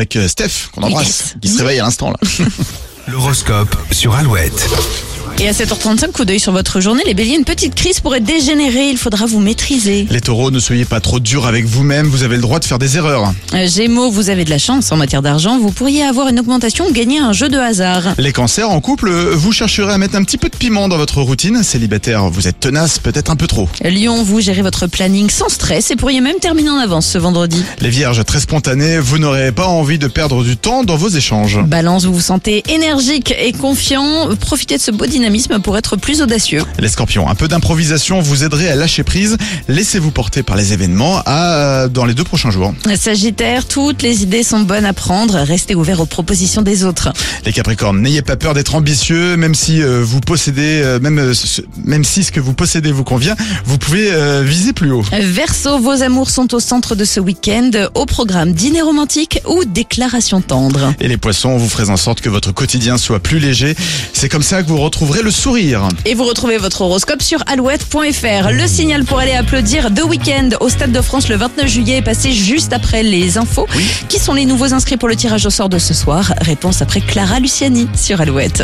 Avec euh, Steph, qu'on embrasse, Yes. qui se réveille à l'instant là. L'horoscope sur Alouette. Et à 7h35, coup d'œil sur votre journée, les béliers, une petite crise pourrait dégénérer, il faudra vous maîtriser. Les taureaux, ne soyez pas trop durs avec vous-même, vous avez le droit de faire des erreurs. Euh, Gémeaux, vous avez de la chance en matière d'argent, vous pourriez avoir une augmentation ou gagner un jeu de hasard. Les cancers, en couple, euh, vous chercherez à mettre un petit peu de piment dans votre routine. Célibataire, vous êtes tenace, peut-être un peu trop. Lyon, vous gérez votre planning sans stress et pourriez même terminer en avance ce vendredi. Les vierges, très spontanés, vous n'aurez pas envie de perdre du temps dans vos échanges. Balance, vous vous sentez énergique et confiant, profitez de ce beau dynamisme pour être plus audacieux. Les scorpions, un peu d'improvisation vous aiderait à lâcher prise. Laissez-vous porter par les événements à, euh, dans les deux prochains jours. Sagittaire, toutes les idées sont bonnes à prendre, restez ouvert aux propositions des autres. Les Capricornes, n'ayez pas peur d'être ambitieux, même si euh, vous possédez, euh, même, euh, ce- même si ce que vous possédez vous convient, vous pouvez euh, viser plus haut. Verseau, vos amours sont au centre de ce week-end, au programme dîner romantique ou déclaration tendre. Et les poissons, vous ferez en sorte que votre quotidien soit plus léger. C'est comme ça que vous retrouverez le sourire. Et vous retrouvez votre horoscope sur alouette.fr. Le signal pour aller applaudir The Weekend au Stade de France le 29 juillet est passé juste après les infos. Qui sont les nouveaux inscrits pour le tirage au sort de ce soir Réponse après Clara Luciani sur Alouette.